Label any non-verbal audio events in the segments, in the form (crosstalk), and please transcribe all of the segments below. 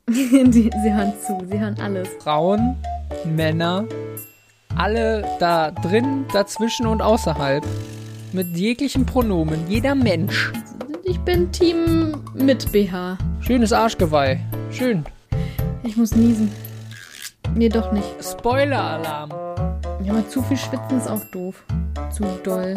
(laughs) Die, sie hören zu, sie hören alles. Frauen, Männer, alle da drin, dazwischen und außerhalb. Mit jeglichen Pronomen, jeder Mensch. Ich bin Team mit BH. Schönes Arschgeweih. Schön. Ich muss niesen. Nee, doch nicht. Spoiler-Alarm. Ja, aber zu viel Schwitzen ist auch doof. Zu doll.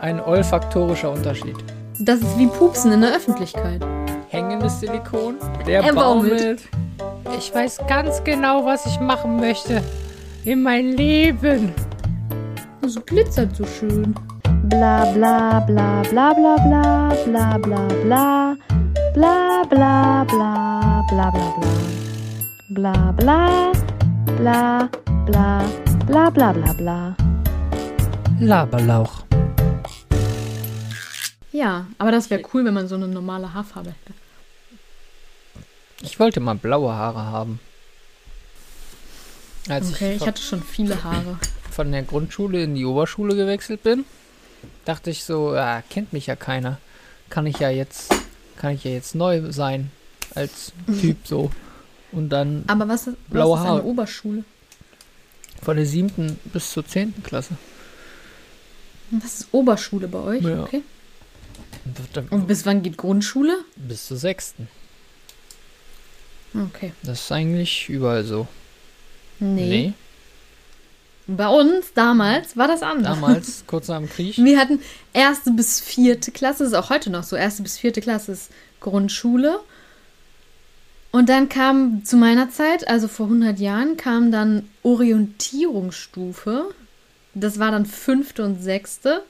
Ein olfaktorischer Unterschied. Das ist wie Pupsen in der Öffentlichkeit. Hängendes Silikon, der Er baumelt. baumelt. Ich weiß ganz genau, was ich machen möchte. In mein Leben. Es glitzert so schön. bla bla bla bla bla bla bla bla bla bla bla bla bla bla bla bla bla bla bla bla bla bla bla Laberlauch. Ja, aber das wäre cool, wenn man so eine normale Haarfarbe hätte. Ich wollte mal blaue Haare haben. Als Okay, ich ich von, hatte schon viele Haare. von der Grundschule in die Oberschule gewechselt bin, dachte ich so, ah, kennt mich ja keiner. Kann ich ja jetzt, kann ich ja jetzt neu sein als Typ so. Und dann Aber was ist, Blaue was ist Haare. eine Oberschule? von der siebten bis zur zehnten Klasse. Was ist Oberschule bei euch? Ja. Okay. Und dann Und bis wann geht Grundschule? Bis zur sechsten. Okay. Das ist eigentlich überall so. Nee. Bei uns damals war das anders. (laughs) Damals, kurz nach dem Krieg. Wir hatten erste bis vierte Klasse, ist auch heute noch so, erste bis vierte Klasse ist Grundschule. Und dann kam zu meiner Zeit, also vor 100 Jahren, kam dann Orientierungsstufe. Das war dann fünfte und sechste.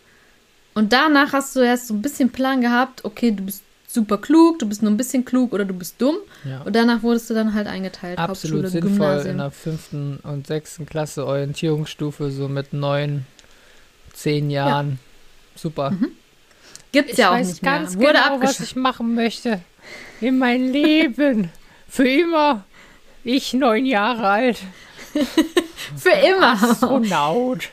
Und danach hast du erst so ein bisschen Plan gehabt, okay, du bist super klug, du bist nur ein bisschen klug oder du bist dumm. Ja. Und danach wurdest du dann halt eingeteilt. Absolut Hauptschule, sinnvoll in Gymnasium. der fünften und sechsten Klasse Orientierungsstufe, so mit neun, zehn Jahren. Super. Gibt's Ich ja auch weiß nicht ganz mehr. Wurde genau, was abgeschafft. ich machen möchte. In mein (laughs) Leben. Für immer. Ich neun Jahre alt. Für immer. Astronaut.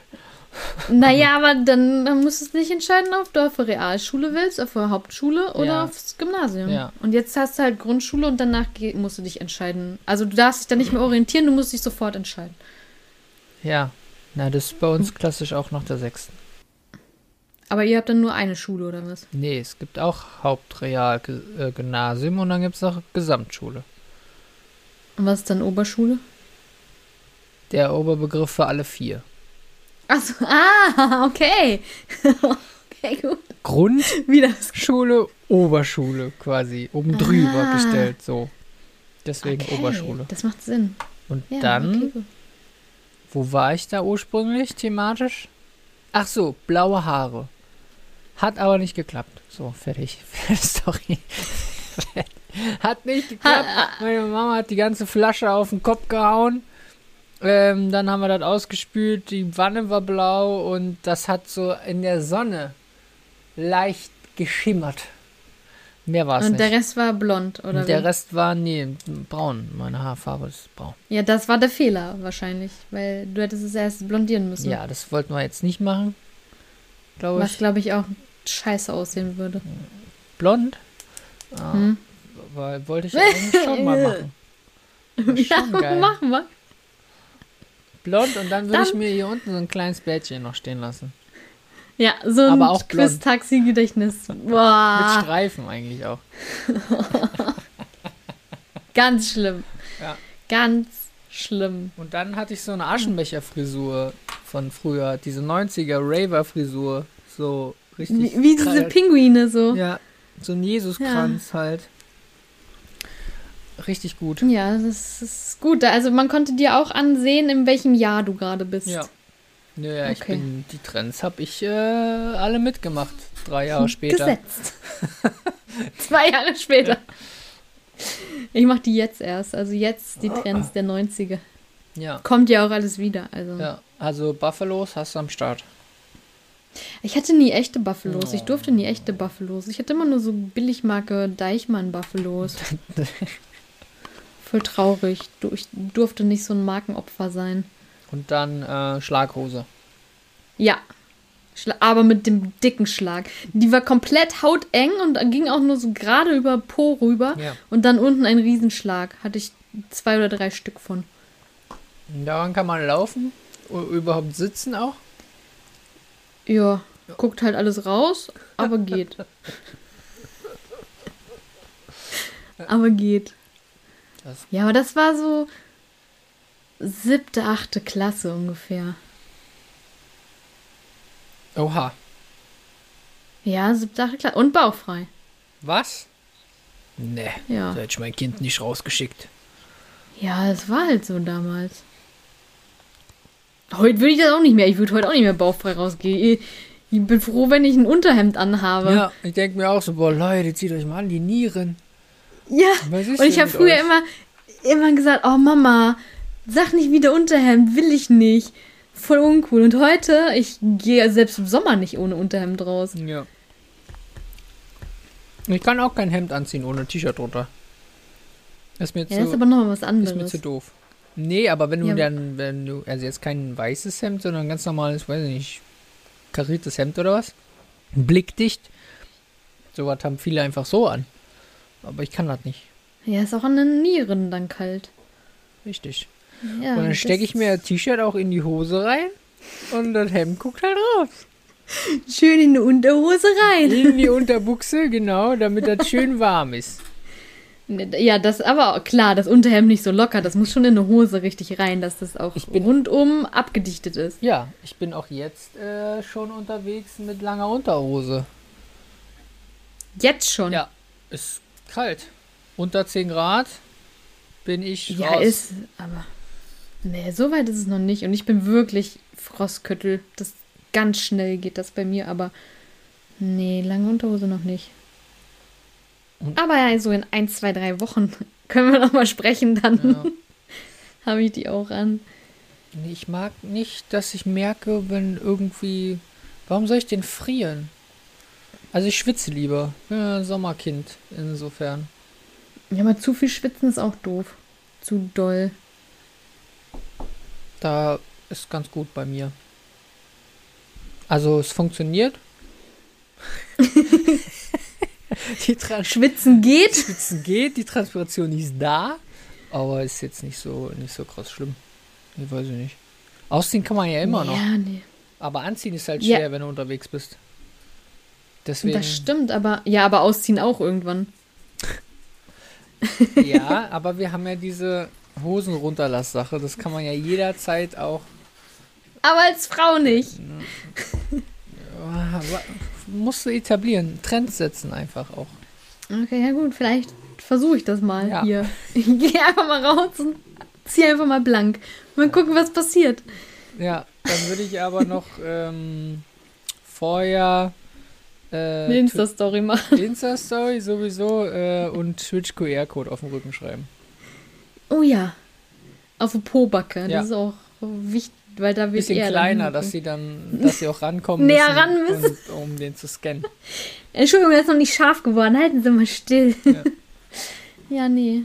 Naja, aber dann, dann musst du es nicht entscheiden, ob du auf eine Realschule willst, auf eine Hauptschule oder Ja. aufs Gymnasium. Ja. Und jetzt hast du halt Grundschule und danach ge- musst du dich entscheiden. Also du darfst dich dann nicht mehr orientieren, du musst dich sofort entscheiden. (laughs) Ja. Na, das ist bei uns klassisch auch nach der sechsten. Aber ihr habt dann nur eine Schule oder was? Nee, es gibt auch Hauptreal, Ge- äh, Gymnasium und dann gibt es auch Gesamtschule. Und was ist dann Oberschule? Der Oberbegriff für alle vier. Achso, (laughs) ah, okay. (laughs) okay, gut. Grund, (laughs) Wieder. Schule, Oberschule quasi, oben drüber Ah. gestellt, so. Deswegen okay, Oberschule. Das macht Sinn. Und Ja, dann, okay, gut. wo war ich da ursprünglich thematisch? Ach so, blaue Haare. Hat aber nicht geklappt. So, fertig. (laughs) Sorry. hat nicht geklappt. ah. Meine Mama hat die ganze Flasche auf den Kopf gehauen. Ähm, dann haben wir das ausgespült. Die Wanne war blau und das hat so in der Sonne leicht geschimmert. Mehr war es Und nicht. der Rest war blond, oder? der wie? Rest war, nee, braun. Meine Haarfarbe ist braun. ja, das war der Fehler wahrscheinlich, weil du hättest es erst blondieren müssen. Ja, das wollten wir jetzt nicht machen. Glaube Was, ich. glaube ich, auch scheiße aussehen würde. Blond. Ah, Hm. Weil wollte (laughs) ich eigentlich schon mal machen. Wär Ja, Schon geil. machen wir. Blond und dann würde ich Dann- mir hier unten so ein kleines Bärtchen noch stehen lassen. Ja, so ein Aber auch blond. Quiz-Taxi-Gedächtnis. (laughs) Mit Boah, Streifen eigentlich auch. ganz schlimm. Ja. Ganz schlimm. Und dann hatte ich so eine Aschenbecher-Frisur von früher. Diese 90er-Raver-Frisur. So richtig. Wie, wie diese krass. Pinguine so. Ja, Ja, so ein Jesuskranz halt. Richtig gut. das ist gut. Also man konnte dir auch ansehen, in welchem Jahr du gerade bist. Ja. Naja, ich Okay. bin, die Trends habe ich äh, alle mitgemacht. Drei (laughs) Jahre später. Hm, (laughs) Gesetzt. Zwei Jahre später. Ich mach die jetzt erst. Also jetzt die Trends der 90er. Ja, Kommt ja auch alles wieder. Also. ja. Also Buffalos hast du am Start. Ich hatte nie echte Buffalos. Ich durfte nie echte Buffalos. Ich hatte immer nur so Billigmarke Deichmann Buffalos. Voll traurig. Du, ich durfte nicht so ein Markenopfer sein. Und dann äh, Schlaghose. Ja. Schla aber mit dem dicken Schlag. Die war komplett hauteng und ging auch nur so gerade über Po rüber. Ja. Und dann unten ein Riesenschlag. Hatte ich zwei oder drei Stück von. Daran kann man laufen, u- überhaupt sitzen auch. Ja, guckt halt alles raus, aber geht. aber geht. Das- Ja, aber das war so siebte, achte Klasse ungefähr. Oha. Ja, siebte, achte Klasse. Und bauchfrei. Was? Nee, Ja. da hätte ich mein Kind nicht rausgeschickt. Ja, es war halt so damals. Heute würde ich das auch nicht mehr. Ich würde heute auch nicht mehr bauchfrei rausgehen. Ich, ich bin froh, wenn ich ein Unterhemd anhabe. Ja, ich denke mir auch so, boah, Leute, zieht euch mal an die Nieren. Ja, Was ist und ich denn habe mit früher euch? immer, immer gesagt, oh Mama, sag nicht wieder Unterhemd, will ich nicht. Voll uncool. Und heute, ich gehe selbst im Sommer nicht ohne Unterhemd raus. Ja. Ich kann auch kein Hemd anziehen ohne T-Shirt drunter. Ist mir Ja, zu, das ist aber nochmal was ist mir anderes. zu doof. Nee, aber wenn du Ja. dann, wenn du, also jetzt kein weißes Hemd, sondern ganz normales, weiß ich nicht, kariertes Hemd oder was? Blickdicht. Sowas haben viele einfach so an. Aber ich kann das nicht. Ja, ist auch an den Nieren dann kalt. Richtig. Ja, und dann Ah, das- stecke ich mir das T-Shirt auch in die Hose rein und das Hemd guckt halt raus. schön in die Unterhose rein. (laughs) In die Unterbuchse, genau, damit das schön warm ist. Ja, das aber klar, das Unterhemd nicht so locker, das muss schon in eine Hose richtig rein, dass das auch Ich bin- rundum abgedichtet ist. Ja, ich bin auch jetzt äh, schon unterwegs mit langer Unterhose. Jetzt schon. Ja, ist kalt. Unter 10 Grad bin ich Ja, raus. ist, aber. Nee, so weit ist es noch nicht. Und ich bin wirklich Frostküttel. Das ganz schnell geht das bei mir, aber. Nee, lange Unterhose noch nicht. Aber ja, so in ein, zwei, drei Wochen (laughs) können wir nochmal sprechen, dann Ja. (laughs) habe ich die auch an. Nee, Ich mag nicht, dass ich merke, wenn irgendwie... Warum soll ich denn frieren? Also ich schwitze lieber. Ich bin ja ein Sommerkind insofern. Ja, aber zu viel schwitzen ist auch doof. Zu doll. Da ist ganz gut bei mir. Also (laughs) es funktioniert. Die Trans Schwitzen geht? Schwitzen geht, die Transpiration ist da, aber ist jetzt nicht so nicht so krass schlimm. Ich weiß ich nicht. Ausziehen kann man ja immer noch, Ja, nee. aber anziehen ist halt Ja. schwer, wenn du unterwegs bist. Deswegen Das stimmt, aber. Ja, aber ausziehen auch irgendwann. ja, aber wir haben ja diese Hosen runterlass Sache, das kann man ja jederzeit auch Aber als Frau nicht. Ah, wa- musst du etablieren, Trends setzen einfach auch. Okay, ja gut, vielleicht versuche ich das mal Ja. hier. (laughs) Ich gehe einfach mal raus und ziehe einfach mal blank. Mal gucken, was passiert. Ja, dann würde ich aber noch ähm, vorher äh, Eine Insta-Story machen. Insta-Story sowieso äh, und Twitch QR-Code auf dem Rücken schreiben. Oh ja. Auf die Pobacke. Ja. Das ist auch wichtig, weil da wird Bisschen eher dann- kleiner, dass sie dann, dass sie auch rankommen Näher müssen, ran müssen. Und, um den zu scannen. Entschuldigung, er ist noch nicht scharf geworden. Halten Sie mal still. (laughs) Ja, nee.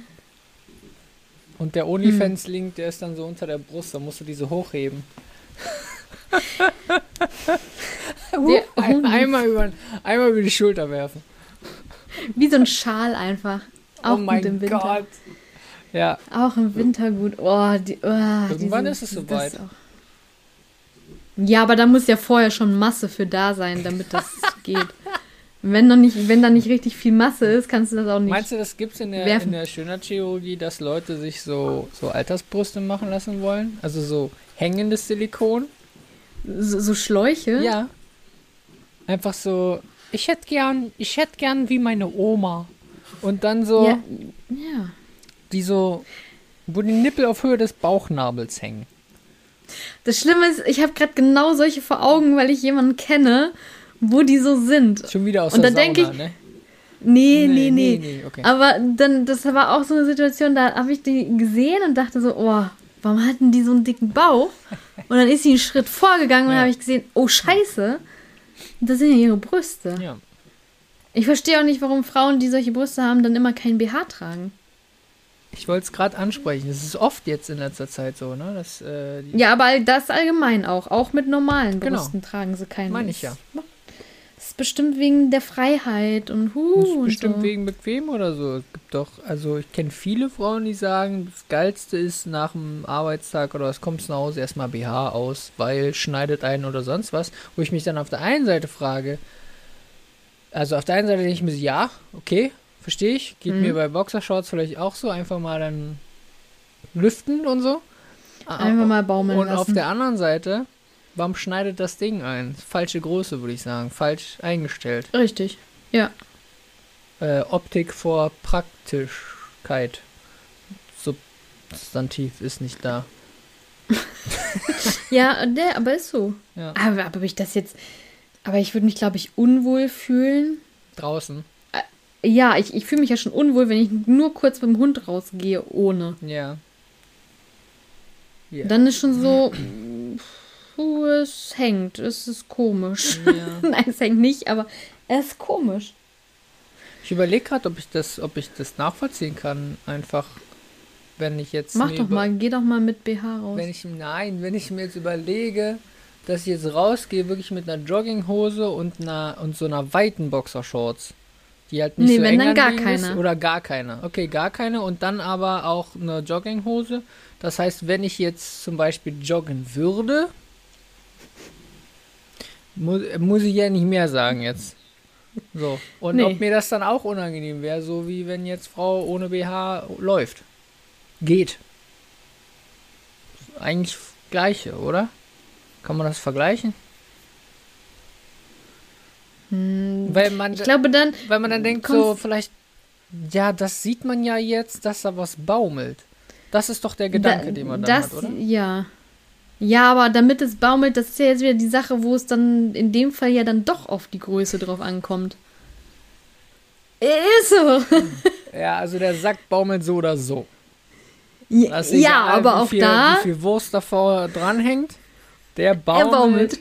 Und der OnlyFans-Link, der ist dann so unter der Brust, da musst du diese hochheben. (laughs) Der, Ein, oh, einmal, über, einmal über die Schulter werfen. wie so ein Schal einfach. Auch oh gut mein im Winter. Gott. Ja, Auch im Winter gut. Oh, die, oh, Irgendwann ist es soweit. das auch. Ja, aber da muss ja vorher schon Masse für da sein, damit (laughs) das geht. Wenn, noch nicht, wenn da nicht richtig viel Masse ist, kannst du das auch nicht. meinst du, das gibt's in der, in Werfen. der Schönheitschirurgie, dass Leute sich so, so Altersbrüste machen lassen wollen? Also so hängendes Silikon? so, so Schläuche? Ja. Einfach so, ich hätte gern, ich hätte gern wie meine Oma. Und dann so, Ja. ja. die so, wo die Nippel auf Höhe des Bauchnabels hängen. Das Schlimme ist, ich habe gerade genau solche vor Augen, weil ich jemanden kenne, wo die so sind. Schon wieder aus Und der da denk Sauna, ich- ne? Nee, Nee, nee, nee. nee, nee, okay. Aber dann, das war auch so eine Situation, da habe ich die gesehen und dachte so, oh, warum hatten die so einen dicken Bauch? Und dann ist sie einen Schritt vorgegangen und Ja. dann habe ich gesehen, oh Scheiße, das sind ja ihre Brüste. ne? Ja. Ich verstehe auch nicht, warum Frauen, die solche Brüste haben, dann immer keinen BH tragen. Ich wollte es gerade ansprechen. Es ist oft jetzt in letzter Zeit so, ne? Dass, äh, die- Ja, aber all- das allgemein auch. Auch mit normalen Genau. Brüsten tragen sie keine. Meine ich ja. Das ist bestimmt wegen der Freiheit und hu. Das ist bestimmt und Oh, so. wegen bequem oder so. Es gibt doch, also ich kenne viele Frauen, die sagen, das Geilste ist nach dem Arbeitstag oder es kommt nach Hause erstmal BH aus, weil schneidet einen oder sonst was. Wo ich mich dann auf der einen Seite frage, also auf der einen Seite denke ich mir, so, ja, okay, verstehe ich. Geht Mhm. mir bei Boxershorts vielleicht auch so, einfach mal dann lüften und so. Einfach mal baumeln Und lassen. auf der anderen Seite, warum schneidet das Ding ein? Falsche Größe, würde ich sagen. Falsch eingestellt Richtig. Ja. äh, Optik vor Praktischkeit. Substantiv ist nicht da. Ja, der, aber ist so. Ja. Aber, aber ich das jetzt. Aber ich würde mich, glaube ich, unwohl fühlen. Draußen. Ja, ich, ich fühle mich ja schon unwohl, wenn ich nur kurz mit dem Hund rausgehe ohne. Ja. Ja. Dann ist schon so, puh, es hängt, es ist komisch. Ja. (laughs) Nein, es hängt nicht, aber es ist komisch. Ich überlege gerade, ob ich das, ob ich das nachvollziehen kann, einfach wenn ich jetzt. Mach mir doch über- mal, geh doch mal mit BH raus. Wenn ich nein, wenn ich mir jetzt überlege, dass ich jetzt rausgehe, wirklich mit einer Jogginghose und einer und so einer weiten Boxershorts, die halt nicht Nee, so wenn, eng dann gar anliegend ist, keine. oder gar keine. Okay, gar keine und dann aber auch eine Jogginghose. Das heißt, wenn ich jetzt zum Beispiel joggen würde, mu muss ich ja nicht mehr sagen jetzt. So. Und Nee. ob mir das dann auch unangenehm wäre, so wie wenn jetzt Frau ohne BH läuft. Geht. Eigentlich f- gleiche, oder? Kann man das vergleichen? Hm, Weil man, ich glaube dann, weil man dann denkt, kommst- so vielleicht, ja, das sieht man ja jetzt, dass da was baumelt. Das ist doch der Gedanke, da, den man dann das, hat, oder? Ja. Ja, aber damit es baumelt, das ist ja jetzt wieder die Sache, wo es dann in dem Fall ja dann doch auf die Größe drauf ankommt. Ist so. Ja, also der Sack baumelt so oder so. Ja, Das ist egal, aber wie auch viel, da, Wie viel Wurst davor dranhängt, der er baumelt, baumelt.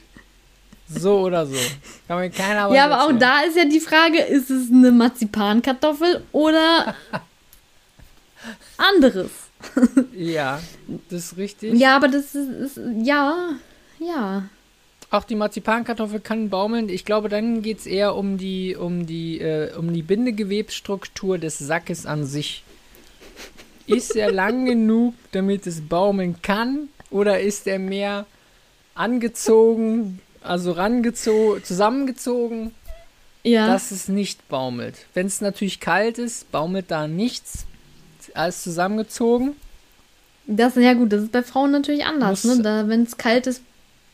so oder so. Kann mir keiner was Ja, aber auch erzählen. da ist ja die Frage, ist es eine Marzipankartoffel (laughs) oder anderes? Ja, das ist richtig. Ja, aber das ist, ist ja, ja. Auch die Marzipankartoffel kann baumeln. Ich glaube, dann geht es eher um die, um die, äh, um die Bindegewebsstruktur des Sackes an sich. Ist (laughs) er lang genug, damit es baumeln kann? Oder ist er mehr angezogen, also rangezogen, zusammengezogen, Ja. dass es nicht baumelt? Wenn es natürlich kalt ist, baumelt da nichts. Alles zusammengezogen. Das, ja gut, das ist bei Frauen natürlich anders, Muss- ne? Da, wenn es kalt ist,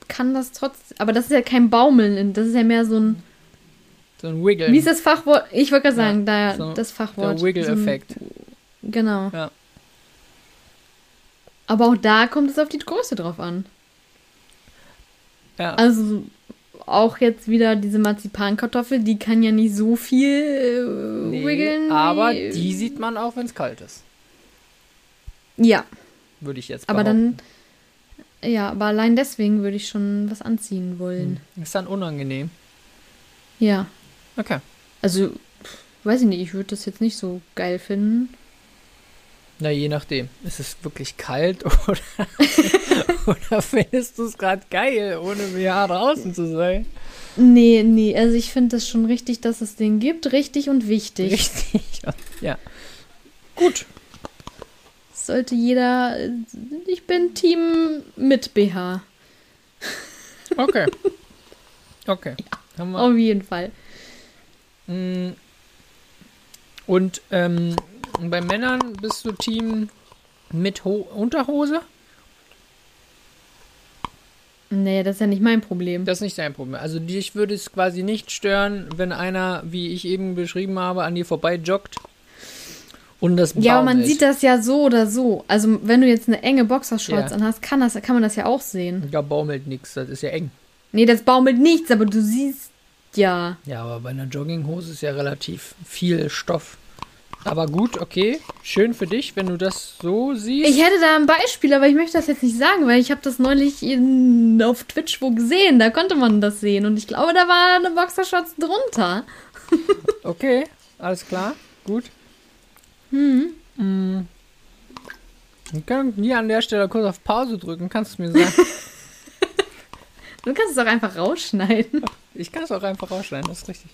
kann das trotzdem. Aber das ist ja kein Baumeln, in- das ist ja mehr so ein. So ein Wiggle. Wie ist das Fachwort? Ich wollte gerade sagen, da, so das der Fachwort. Wiggle-Effekt. So ein- genau. Ja. Aber auch da kommt es auf die Größe drauf an. Ja. Also auch jetzt wieder diese Marzipankartoffel, die kann ja nicht so viel äh, Nee, wiggeln. aber wie- die sieht man auch, wenn es kalt ist. Ja, Würde ich jetzt aber behaupten. dann. Ja, aber allein deswegen würde ich schon was anziehen wollen. Mhm. Ist dann unangenehm. Hm. Ja. Okay. Also, pf, weiß ich nicht, ich würde das jetzt nicht so geil finden. Na, je nachdem. Ist es wirklich kalt (laughs) (laughs) oder, oder findest du es gerade geil, ohne BH draußen zu sein? Nee, nee, also ich finde das schon richtig, dass es den gibt. Richtig und wichtig. Richtig. Ja. Sollte jeder. äh, Ich bin Team mit BH. Okay. Okay. Haben wir. Auf jeden Fall. Mm. Und ähm, bei Männern bist du Team mit Ho Unterhose? Nee, das ist ja nicht mein Problem. Das ist nicht dein Problem. Also dich würde es quasi nicht stören, wenn einer, wie ich eben beschrieben habe, an dir vorbei joggt und das Ja, aber man baumelt. sieht das ja so oder so. Also, wenn du jetzt eine enge Boxershorts Ja. anhast, kann, das, kann man das ja auch sehen. Da baumelt nichts, das ist ja eng. Nee, das baumelt nichts, aber du siehst ja. Ja, aber bei einer Jogginghose ist ja relativ viel Stoff. Aber gut, okay. Schön für dich, wenn du das so siehst. Ich hätte da ein Beispiel, aber ich möchte das jetzt nicht sagen, weil ich habe das neulich in, auf Twitch wo gesehen. Da konnte man das sehen und ich glaube, da war eine Boxershorts drunter. Hm. Okay, alles klar, gut. Mhm. Wir können hier an der Stelle kurz auf Pause drücken, kannst du mir sagen. Du kannst es auch einfach rausschneiden. ich kann es auch einfach rausschneiden, das ist richtig.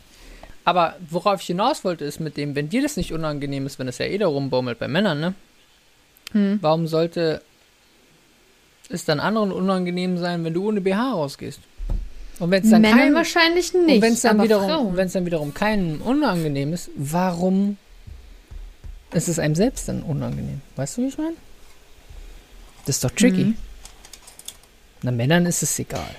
Aber worauf ich hinaus wollte, ist mit dem, wenn dir das nicht unangenehm ist, wenn es ja eh da rumbaumelt bei Männern, ne? Hm. Warum sollte es dann anderen unangenehm sein, wenn du ohne BH rausgehst? Und wenn es dann Männern kein, wahrscheinlich nicht. und wenn's dann aber wiederum, Frauen. wenn es dann wiederum keinem unangenehm ist, warum ist es einem selbst dann unangenehm? Weißt du, wie ich meine? Das ist doch tricky. Hm. Na, Männern ist es egal.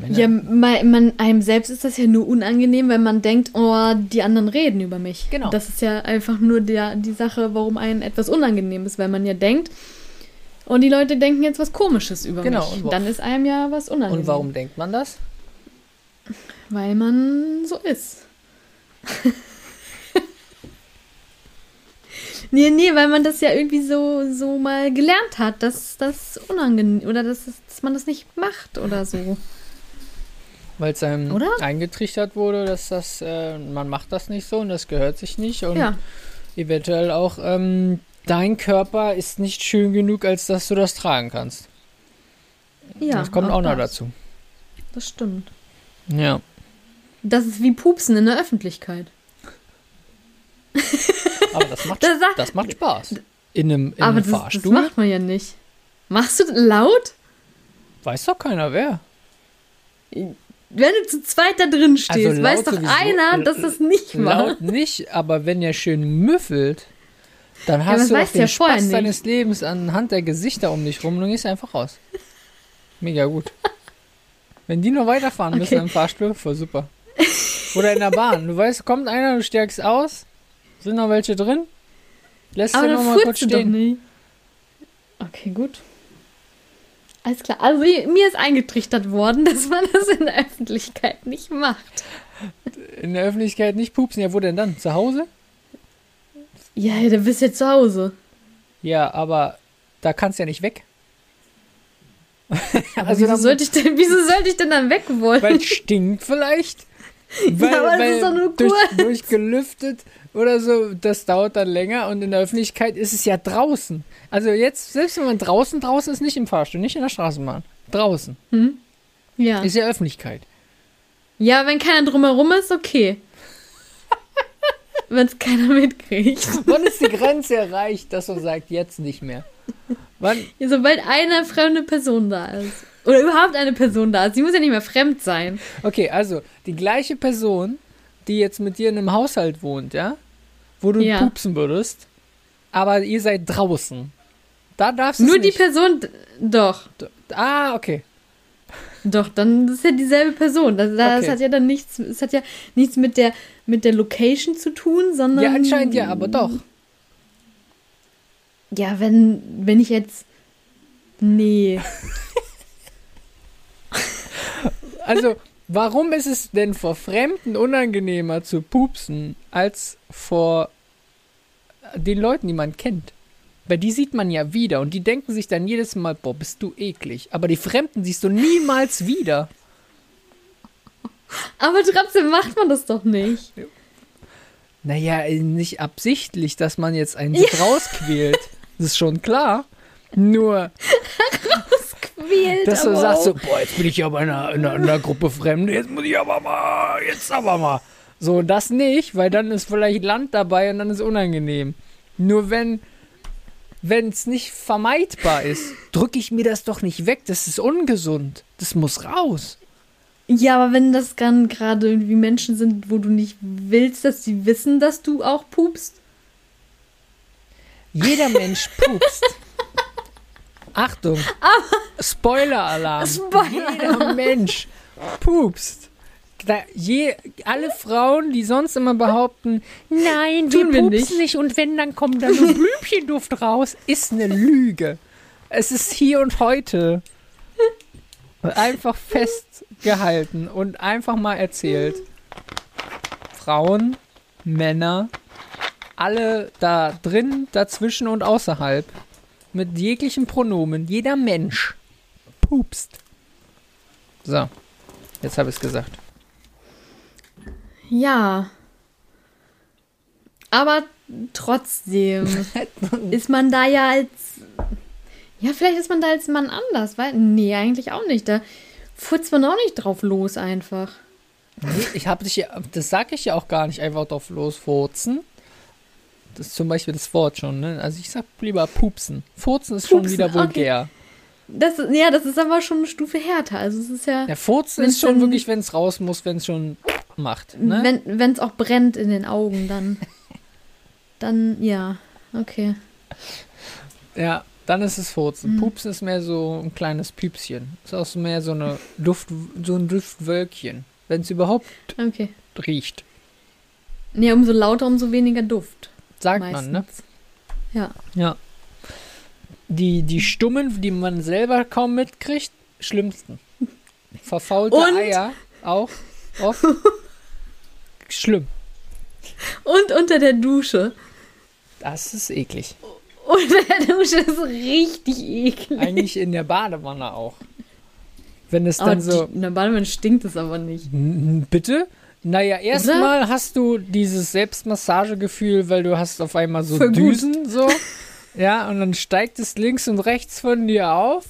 Männer, ja, man, man, einem selbst ist das ja nur unangenehm, wenn man denkt, oh, die anderen reden über mich. Genau. Das ist ja einfach nur der, die Sache, warum einem etwas unangenehm ist, weil man ja denkt, und die Leute denken jetzt was Komisches über Genau, mich. und wa- Dann ist einem ja was unangenehm. Und warum denkt man das? Weil man so ist. (laughs) nee, nee, weil man das ja irgendwie so, so mal gelernt hat, dass das unangenehm oder dass, es- dass man das nicht macht oder so. Weil es einem Oder? eingetrichtert wurde, dass das, äh, man macht das nicht so und das gehört sich nicht. Und ja. eventuell auch, ähm, dein Körper ist nicht schön genug, als dass du das tragen kannst. ja. das kommt auch noch das. dazu. Das stimmt. Ja. Das ist wie Pupsen in der Öffentlichkeit. Aber das (laughs) macht, Das sagt- das macht Spaß. In einem, in Aber einem das, das Fahrstuhl macht man ja nicht. Machst du das laut? weiß doch keiner wer. Wenn du zu zweit da drin stehst, Also laut weiß doch sowieso. einer, dass das nicht war. Laut nicht, aber wenn er schön müffelt, dann aber das hast du auch weißt du den ja vorher Spaß nicht. deines Lebens anhand der Gesichter um dich rum und dann gehst du einfach raus. Mega gut. Wenn die noch weiterfahren müssen Okay. im Fahrstuhl, voll super. Oder in der Bahn. Du weißt, kommt einer, du stärkst aus, sind noch welche drin, lässt Aber sie dann noch mal kurz furzt du doch stehen. nicht. Okay, gut. Alles klar. Also mir ist eingetrichtert worden, (laughs) dass man das in der Öffentlichkeit nicht macht. In der Öffentlichkeit nicht pupsen. Ja, wo denn dann? Zu Hause? Ja, du bist jetzt zu Hause. Ja, aber da kannst du ja nicht weg. Aber (laughs) Also wieso, dann- sollte ich denn, wieso sollte ich denn dann weg wollen? Weil es (laughs) stinkt vielleicht. Weil, aber das ist doch nur durch, kurz. durch gelüftet oder so, das dauert dann länger und in der Öffentlichkeit ist es ja draußen. Also jetzt, selbst wenn man draußen, draußen ist nicht im Fahrstuhl, nicht in der Straßenbahn. Draußen. ja. Ist ja Öffentlichkeit. ja, wenn keiner drumherum ist, okay. (laughs) wenn es keiner mitkriegt. Wann ist die Grenze erreicht, dass man sagt, jetzt nicht mehr? Wann? Sobald eine fremde Person da ist. Oder überhaupt eine Person da ist. Sie muss ja nicht mehr fremd sein. Okay, also die gleiche Person, die jetzt mit dir in einem Haushalt wohnt, ja? Wo du Ja. pupsen würdest, aber ihr seid draußen. Da darfst du Nur es die nicht. Person. d- Doch. Ah, okay. Doch, dann ist ja dieselbe Person. Das, das Okay. hat ja dann nichts, es hat ja nichts mit der, mit der Location zu tun, sondern. Ja, anscheinend ja, aber doch. Ja, wenn, wenn ich jetzt. Nee. Also, warum ist es denn vor Fremden unangenehmer zu pupsen als vor äh, den Leuten, die man kennt? Weil die sieht man ja wieder und die denken sich dann jedes Mal, boah, bist du eklig. Aber die Fremden siehst du niemals wieder. Aber trotzdem macht man das doch nicht. Naja, äh, nicht absichtlich, dass man jetzt einen sich rausquält. Das ist schon klar. Nur, Quält dass du aber sagst so, auch. boah, jetzt bin ich aber in einer, in einer, in einer Gruppe Fremde, jetzt muss ich aber mal, jetzt aber mal. So, das nicht, weil dann ist vielleicht Land dabei und dann ist unangenehm. Nur wenn es nicht vermeidbar ist, drücke ich mir das doch nicht weg, das ist ungesund. Das muss raus. Ja, aber wenn das dann gerade irgendwie Menschen sind, wo du nicht willst, dass sie wissen, dass du auch pupst. (laughs) Jeder Mensch pupst. Achtung. Spoiler-Alarm. Spoiler. Jeder Mensch pupst. Da, je, alle Frauen, die sonst immer behaupten, Nein, Tun wir, wir pupsen nicht. und wenn, dann kommt da (laughs) nur Blümchenduft raus. ist eine Lüge. Es ist hier und heute. Einfach festgehalten und einfach mal erzählt. Frauen, Männer, alle da drin, dazwischen und außerhalb. Mit jeglichen Pronomen. Jeder Mensch pupst. So, jetzt habe ich es gesagt. Ja. (laughs) Aber trotzdem ist man da ja als Ja, vielleicht ist man da als Mann anders, weil. Nee, eigentlich auch nicht. Da furzt man auch nicht drauf los einfach. Nee, Ich habe dich ja, das sage ich ja auch gar nicht, einfach drauf losfurzen. Das ist zum Beispiel das Wort schon, ne? Also ich sag lieber pupsen. Furzen ist schon Pupsen, wieder okay. vulgär. Das, ist- ja, das ist aber schon eine Stufe härter. Also es ist ja, Ja, furzen Wenn's ist schon dann- wirklich, wenn es raus muss, wenn es schon macht, ne? wenn es auch brennt in den Augen, (laughs) dann, dann ja, okay. Ja, dann ist es Furzen. Mhm. Pupsen ist mehr so ein kleines Piepschen. Ist auch so mehr so eine Duft, so ein Duftwölkchen. Wenn es überhaupt Okay. riecht, Nee, umso lauter, umso weniger Duft. sagt meistens. man, ne? Ja. Ja. Die, Hm. die Stummen, die man selber kaum mitkriegt, schlimmsten. Verfaulte Und? Eier auch oft. Schlimm. Und unter der Dusche. (laughs) Das ist eklig. Unter der Dusche ist richtig eklig. Eigentlich in der Badewanne auch. Wenn es dann Aber so. die, in der Badewanne stinkt es aber nicht. N- Bitte? Naja, Oder? erstmal hast du dieses Selbstmassagegefühl, weil du hast auf einmal so Voll gut. Düsen so. (laughs) Ja, und dann steigt es links und rechts von dir auf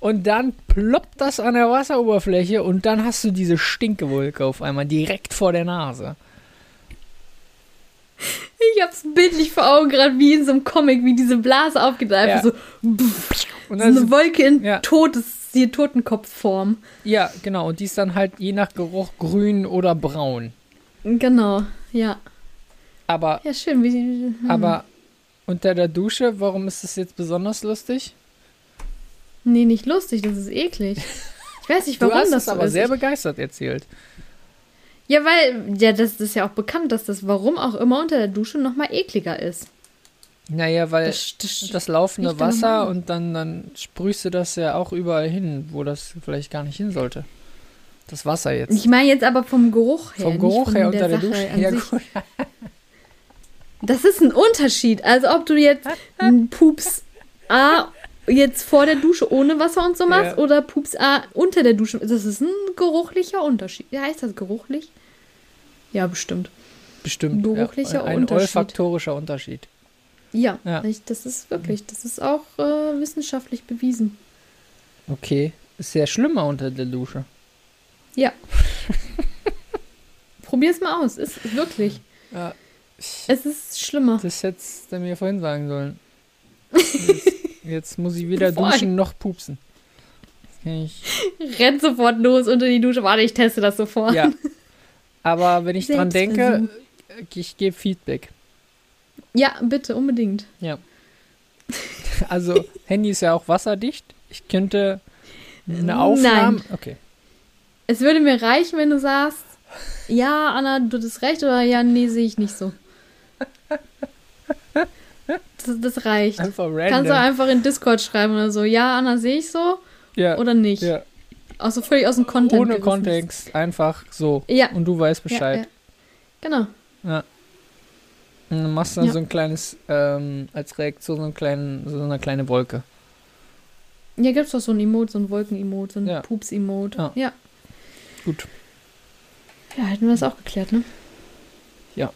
und dann ploppt das an der Wasseroberfläche und dann hast du diese Stinkewolke auf einmal direkt vor der Nase. Ich hab's bildlich vor Augen, gerade wie in so einem Comic, wie diese Blase aufgeht. Einfach Ja. so, pff, so Und dann eine ist- Wolke in ja. Totes, die Totenkopfform. ja, genau, und die ist dann halt je nach Geruch grün oder braun. Genau, ja. Aber Ja, schön. Wie, aber unter der Dusche, warum ist das jetzt besonders lustig? nee, nicht lustig, das ist eklig. Ich weiß nicht, warum du hast das es so aber ist. sehr begeistert erzählt. Ja, weil, ja, das ist ja auch bekannt, dass das warum auch immer unter der Dusche nochmal ekliger ist. Naja, weil Das, genau das, das laufende Riecht dann Wasser normal. und dann, dann sprühst du das ja auch überall hin, wo das vielleicht gar nicht hin sollte. Das Wasser jetzt. ich meine jetzt aber vom Geruch her. Vom nicht Geruch von her unter der Sache Dusche. an Ja, sich. gut. Das ist ein Unterschied. Also ob du jetzt einen Pups A jetzt vor der Dusche ohne Wasser und so machst Ja. oder Pups A unter der Dusche. Das ist ein geruchlicher Unterschied. Ja, heißt das geruchlich? Ja, bestimmt. Bestimmt. Geruchlicher ja, ein Unterschied. olfaktorischer Unterschied. Ja, Ja. Ich, das ist wirklich, das ist auch äh, wissenschaftlich bewiesen. Okay. Ist ja schlimmer unter der Dusche. (laughs) Ja. Probier's mal aus. Ist wirklich. Ja. Es ist schlimmer. Das hättest du mir vorhin sagen sollen. (laughs) Jetzt, jetzt muss ich weder Voll. duschen noch pupsen. Das kann ich, Renn sofort los unter die Dusche. Warte, ich teste das sofort. ja. Aber wenn ich dran denke, äh, Selbstversuch. ich gebe Feedback. ja bitte, unbedingt. Ja. Also, Handy ist ja auch wasserdicht. Ich könnte Nein. eine Aufnahme. Okay. Es würde mir reichen, wenn du sagst, ja, Anna, du hast recht oder ja, nee, sehe ich nicht so. Das, das reicht. Einfach Kannst du random. einfach in Discord schreiben oder so, ja, Anna, sehe ich so ja. oder nicht. ja. Also völlig aus dem Kontext. Ohne Kontext, einfach so. Ja. Und du weißt Ja, ja. Bescheid. Genau. Und dann machst du dann Ja. so ein kleines, ähm, als Reaktion so, einen kleinen, so eine kleine Wolke. Hier gibt es doch so ein Emote, so ein Wolken-Emote, so ein Ja. Pups-Emote. Ja. Ja. ja. Gut. hätten wir das auch geklärt, ne? Ja.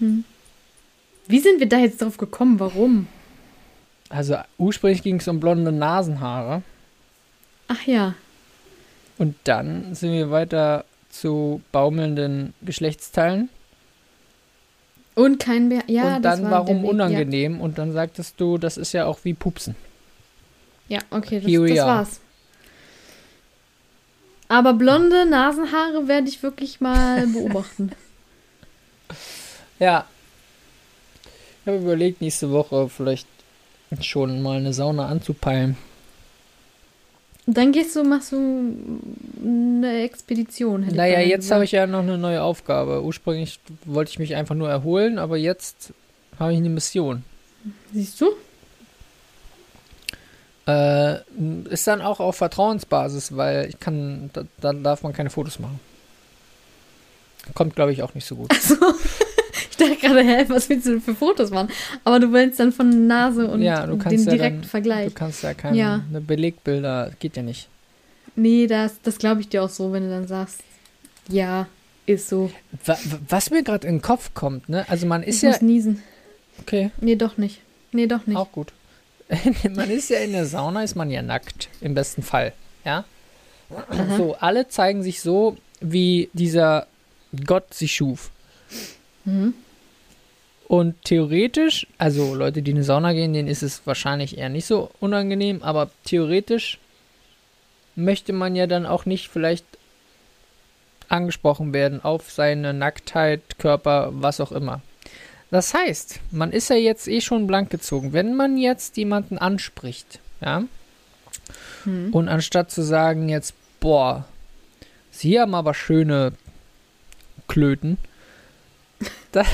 Hm. Wie sind wir da jetzt drauf gekommen? Warum? Also, ursprünglich ging es um blonde Nasenhaare. Ach ja. Und dann sind wir weiter zu baumelnden Geschlechtsteilen. Und kein Bär. Ja, und das dann, war der warum Weg, ja. unangenehm? Und dann sagtest du, das ist ja auch wie Pupsen. Ja, okay, das, Here we das are. war's. Aber blonde Nasenhaare werde ich wirklich (laughs) mal beobachten. Ja. Ich habe überlegt, nächste Woche vielleicht schon mal eine Sauna anzupeilen. Und dann gehst du, machst du eine Expedition. hätte ne? Naja, beinahe jetzt habe gesagt. ich ja noch eine neue Aufgabe. Ursprünglich wollte ich mich einfach nur erholen, aber jetzt habe ich eine Mission. Siehst du? (laughs) Äh, ist dann auch auf Vertrauensbasis, weil ich kann, da, da darf man keine Fotos machen. Kommt, glaube ich, auch nicht so gut. Also, ich dachte gerade, hä, was willst du denn für Fotos machen? Aber du willst dann von Nase und Ja, du kannst den ja direkten dann- Du Vergleich. kannst ja keine Ja. ne Belegbilder, geht ja nicht. Nee, das, das glaube ich dir auch so, wenn du dann sagst, ja, ist so. Wa- wa- Was mir gerade in den Kopf kommt, ne? Also man ist ich ja. muss niesen. Okay, Nee, doch nicht. Nee, doch nicht. auch gut. (laughs) man ist ja in der Sauna, ist man ja nackt, im besten Fall. Ja? So, alle zeigen sich so, wie dieser Gott sich schuf. Mhm. Und theoretisch, also Leute, die in die Sauna gehen, denen ist es wahrscheinlich eher nicht so unangenehm, aber theoretisch möchte man ja dann auch nicht vielleicht angesprochen werden auf seine Nacktheit, Körper, was auch immer. Das heißt, man ist ja jetzt eh schon blank gezogen. Wenn man jetzt jemanden anspricht, ja, Hm. Mhm. und anstatt zu sagen jetzt, boah, Sie haben aber schöne Klöten, (laughs) da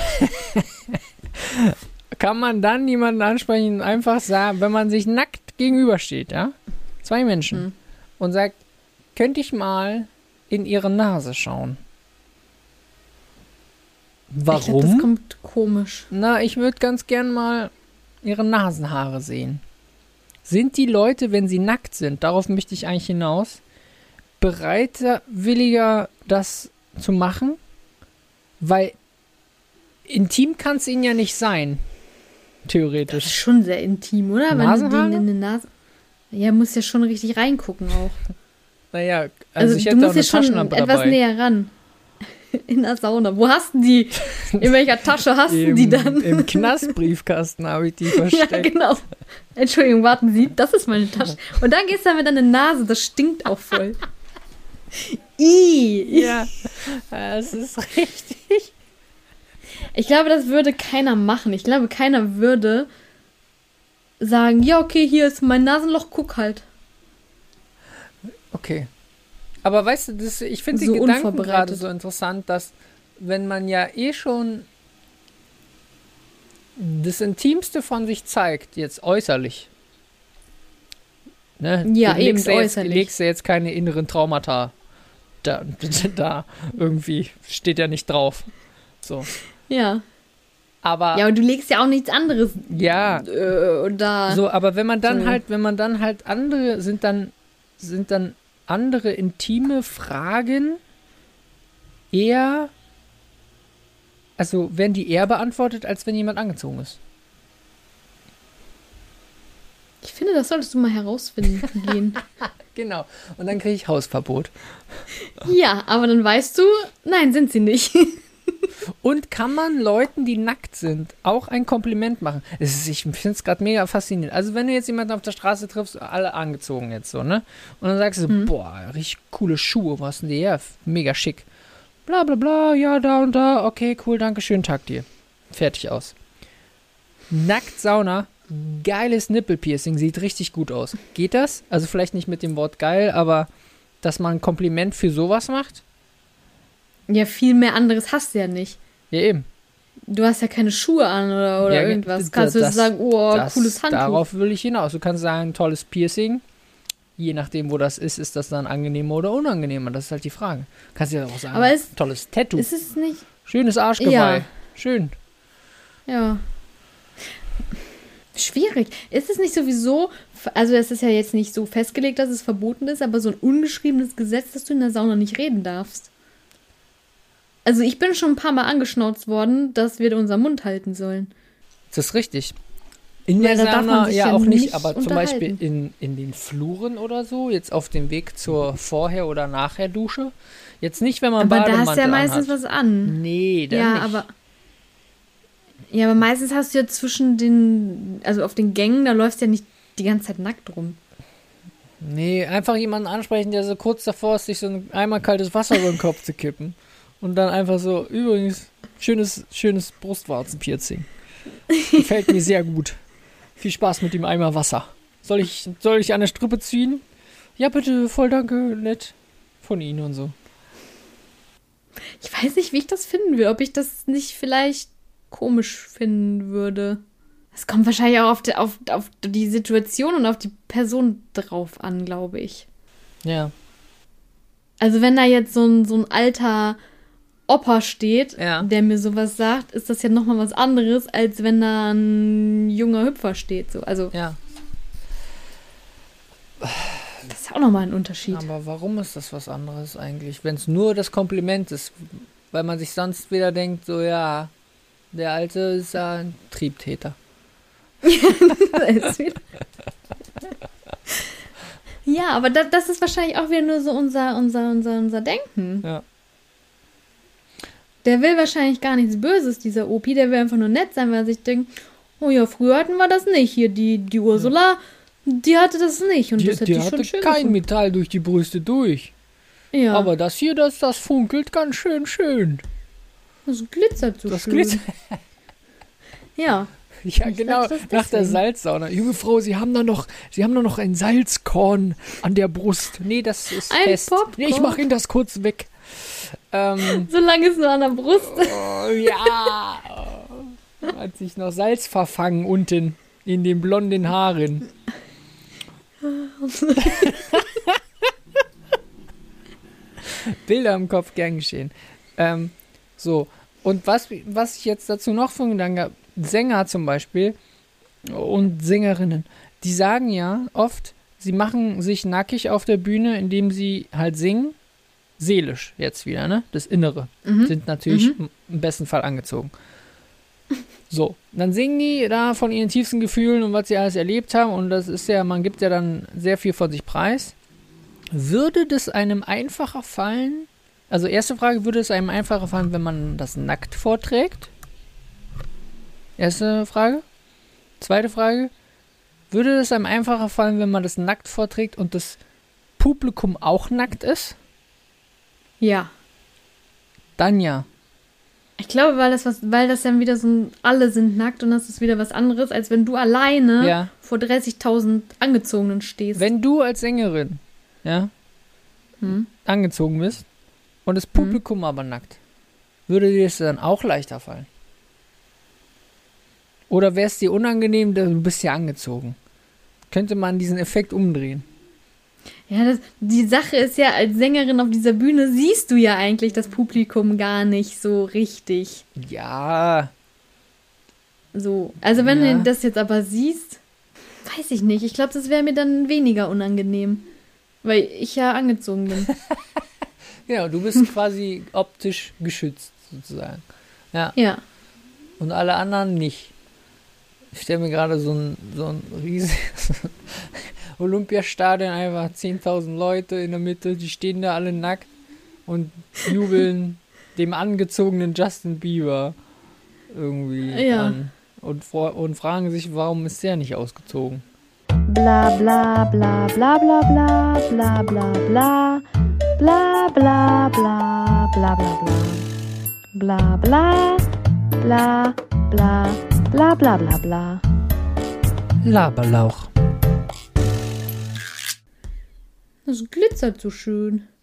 kann man dann jemanden ansprechen und einfach sagen, wenn man sich nackt gegenübersteht, ja, zwei Menschen, Mhm. und sagt, könnte ich mal in ihre Nase schauen? Ich glaub, das Warum? kommt komisch. Na, ich würde ganz gern mal ihre Nasenhaare sehen. Sind die Leute, wenn sie nackt sind, darauf möchte ich eigentlich hinaus, bereitwilliger, das zu machen? Weil intim kann es ihnen ja nicht sein. Das ist Theoretisch. schon sehr intim, oder? Wenn du Nasenhaare? denen in die Nase. Ja, musst ja schon richtig reingucken auch. Naja, also, Also, ich du hätte musst auch ja eine schon Taschenlampe etwas dabei. näher ran. (laughs) In der Sauna. Wo hast du die? In welcher Tasche hast du Im, die dann? Im Knastbriefkasten habe ich (laughs) die ja, versteckt. genau. Entschuldigung, warten Sie, das ist meine Tasche. Und dann gehst du damit an die Nase, das stinkt auch voll. (laughs) I. Ja, es ist richtig. Ich glaube, das würde keiner machen. Ich glaube, keiner würde sagen, ja, okay, hier ist mein Nasenloch, guck halt. Okay. Aber weißt du, das, ich finde So den Gedanken unvorbereitet. gerade so interessant, dass wenn man ja eh schon das Intimste von sich zeigt, jetzt äußerlich. Ne? Ja, Du legst eben, ja jetzt, äußerlich. legst ja jetzt keine inneren Traumata da, (laughs) da irgendwie. Steht ja nicht drauf. So. Ja. Aber Ja, und du legst ja auch nichts anderes ja äh, da. So, aber wenn man dann Entschuldigung. halt, wenn man dann halt andere, sind dann, sind dann andere intime Fragen eher, also werden die eher beantwortet, als wenn jemand angezogen ist. Ich finde, das solltest du mal herausfinden gehen. Genau. Und dann kriege ich Hausverbot. (laughs) Ja, aber dann weißt du, nein, sind sie nicht. (laughs) Und kann man Leuten, die nackt sind, auch ein Kompliment machen? Es ist, ich finde es gerade mega faszinierend. Also wenn du jetzt jemanden auf der Straße triffst, alle angezogen jetzt so, ne? Und dann sagst du, so, boah, richtig coole Schuhe, was denn die her? Mega schick. Bla bla bla, ja, da und da, okay, cool, danke, schönen Tag dir. Fertig aus. Nackt Sauna, geiles Nippelpiercing, sieht richtig gut aus. Geht das? Also vielleicht nicht mit dem Wort geil, aber dass man ein Kompliment für sowas macht? Ja, viel mehr anderes hast du ja nicht. Ja, eben. Du hast ja keine Schuhe an oder, oder Ja, ge- irgendwas. d- Kannst du das- jetzt sagen, oh, Das- cooles Handtuch. Darauf will ich hinaus. Du kannst sagen, tolles Piercing. Je nachdem, wo das ist, ist das dann angenehmer oder unangenehmer. Das ist halt die Frage. Kannst du ja auch sagen, Aber es- tolles Tattoo. Ist es nicht? Schönes Arschgeweih. Ja. Schön. Ja. Schwierig. Ist es nicht sowieso, also es ist ja jetzt nicht so festgelegt, dass es verboten ist, aber so ein ungeschriebenes Gesetz, dass du in der Sauna nicht reden darfst. Also ich bin schon ein paar Mal angeschnauzt worden, dass wir unseren Mund halten sollen. Das ist richtig. In Weil der da darf man Sauna sich ja, ja auch nicht, nicht aber zum Beispiel unterhalten. in, in den Fluren oder so, jetzt auf dem Weg zur Vorher- oder Nachher-Dusche. Jetzt nicht, wenn man Aber da Bademantel hast du ja meistens anhat. was an. Nee, dann Ja, nicht. aber. Ja, aber meistens hast du ja zwischen den, also auf den Gängen, da läufst du ja nicht die ganze Zeit nackt rum. Nee, einfach jemanden ansprechen, der so kurz davor ist, sich so ein einmal kaltes Wasser über den Kopf zu kippen. Und dann einfach so, übrigens, schönes, schönes Brustwarzenpiercing. Gefällt mir sehr gut. Viel Spaß mit dem Eimer Wasser. Soll ich, soll ich an der Strippe ziehen? Ja, bitte, voll danke, nett. Von Ihnen und so. Ich weiß nicht, wie ich das finden will, ob ich das nicht vielleicht komisch finden würde. Es kommt wahrscheinlich auch auf die, auf, auf die Situation und auf die Person drauf an, glaube ich. Ja. Also wenn da jetzt so ein, so ein alter Opa steht, Ja. der mir sowas sagt, ist das ja nochmal was anderes, als wenn da ein junger Hüpfer steht. So. Also Ja. das ist ja auch nochmal ein Unterschied. Aber warum ist das was anderes eigentlich, wenn es nur das Kompliment ist? Weil man sich sonst wieder denkt, so ja, der Alte ist ja ein Triebtäter. Da (laughs) ist wieder. Ja, aber da, das ist wahrscheinlich auch wieder nur so unser, unser, unser, unser Denken. Ja. Der will wahrscheinlich gar nichts Böses, dieser Opi. Der will einfach nur nett sein, weil er sich denkt, oh ja, früher hatten wir das nicht. Hier, die, die Ursula, die hatte das nicht. Und Die, das hätte die ich hatte schon schön kein gefunden. Metall durch die Brüste durch. Ja, Aber das hier, das, das funkelt ganz schön schön. das glitzert so Das schön. glitzert. Ja, (laughs) Ja, Ich genau, dachte, das nach der deswegen. Salzsauna. Junge Frau, Sie haben da noch, Sie haben da noch ein Salzkorn an der Brust. Nee, das ist Ein fest. Nee, ich Popcorn. mache Ihnen das kurz weg. Ähm, solange es nur an der Brust ist. oh, ja. Oh. Hat sich noch Salz verfangen unten in den blonden Haaren. (laughs) Bilder im Kopf gern geschehen. Ähm, so, und was, was ich jetzt dazu noch von Gedanken habe, Sänger zum Beispiel und Sängerinnen, die sagen ja oft, sie machen sich nackig auf der Bühne, indem sie halt singen. Seelisch jetzt wieder, ne? Das Innere. Sind natürlich m- im besten Fall angezogen. So, dann singen die da von ihren tiefsten Gefühlen und was sie alles erlebt haben und das ist ja, man gibt ja dann sehr viel von sich preis. Würde das einem einfacher fallen, also erste Frage, würde es einem einfacher fallen, wenn man das nackt vorträgt? Erste Frage. Zweite Frage. Würde es einem einfacher fallen, wenn man das nackt vorträgt und das Publikum auch nackt ist? Ja. Dann ja. Ich glaube, weil das, was, weil das dann wieder so ein, alle sind nackt und das ist wieder was anderes, als wenn du alleine Ja. vor 30.000 Angezogenen stehst. Wenn du als Sängerin, ja, angezogen bist und das Publikum aber nackt, würde dir das dann auch leichter fallen? Oder wäre es dir unangenehm, denn du bist ja angezogen? Könnte man diesen Effekt umdrehen? Ja, das, die Sache ist ja, als Sängerin auf dieser Bühne siehst du ja eigentlich das Publikum gar nicht so richtig. Ja, So. Also wenn Ja. du das jetzt aber siehst, weiß ich nicht. Ich glaube, das wäre mir dann weniger unangenehm. Weil ich ja angezogen bin. (laughs) genau, du bist (laughs) quasi optisch geschützt sozusagen. ja. Und alle anderen nicht. Ich stelle mir gerade so ein, so ein riesiges (laughs) Olympiastadion, einfach 10.000 Leute in der Mitte, die stehen da alle nackt und jubeln dem angezogenen Justin Bieber irgendwie Ja. an und, vor- und fragen sich, warum ist der nicht ausgezogen? Bla bla bla bla bla bla bla bla bla bla bla bla bla bla bla bla bla bla bla bla bla bla bla. Laberlauch. Das glitzert so schön.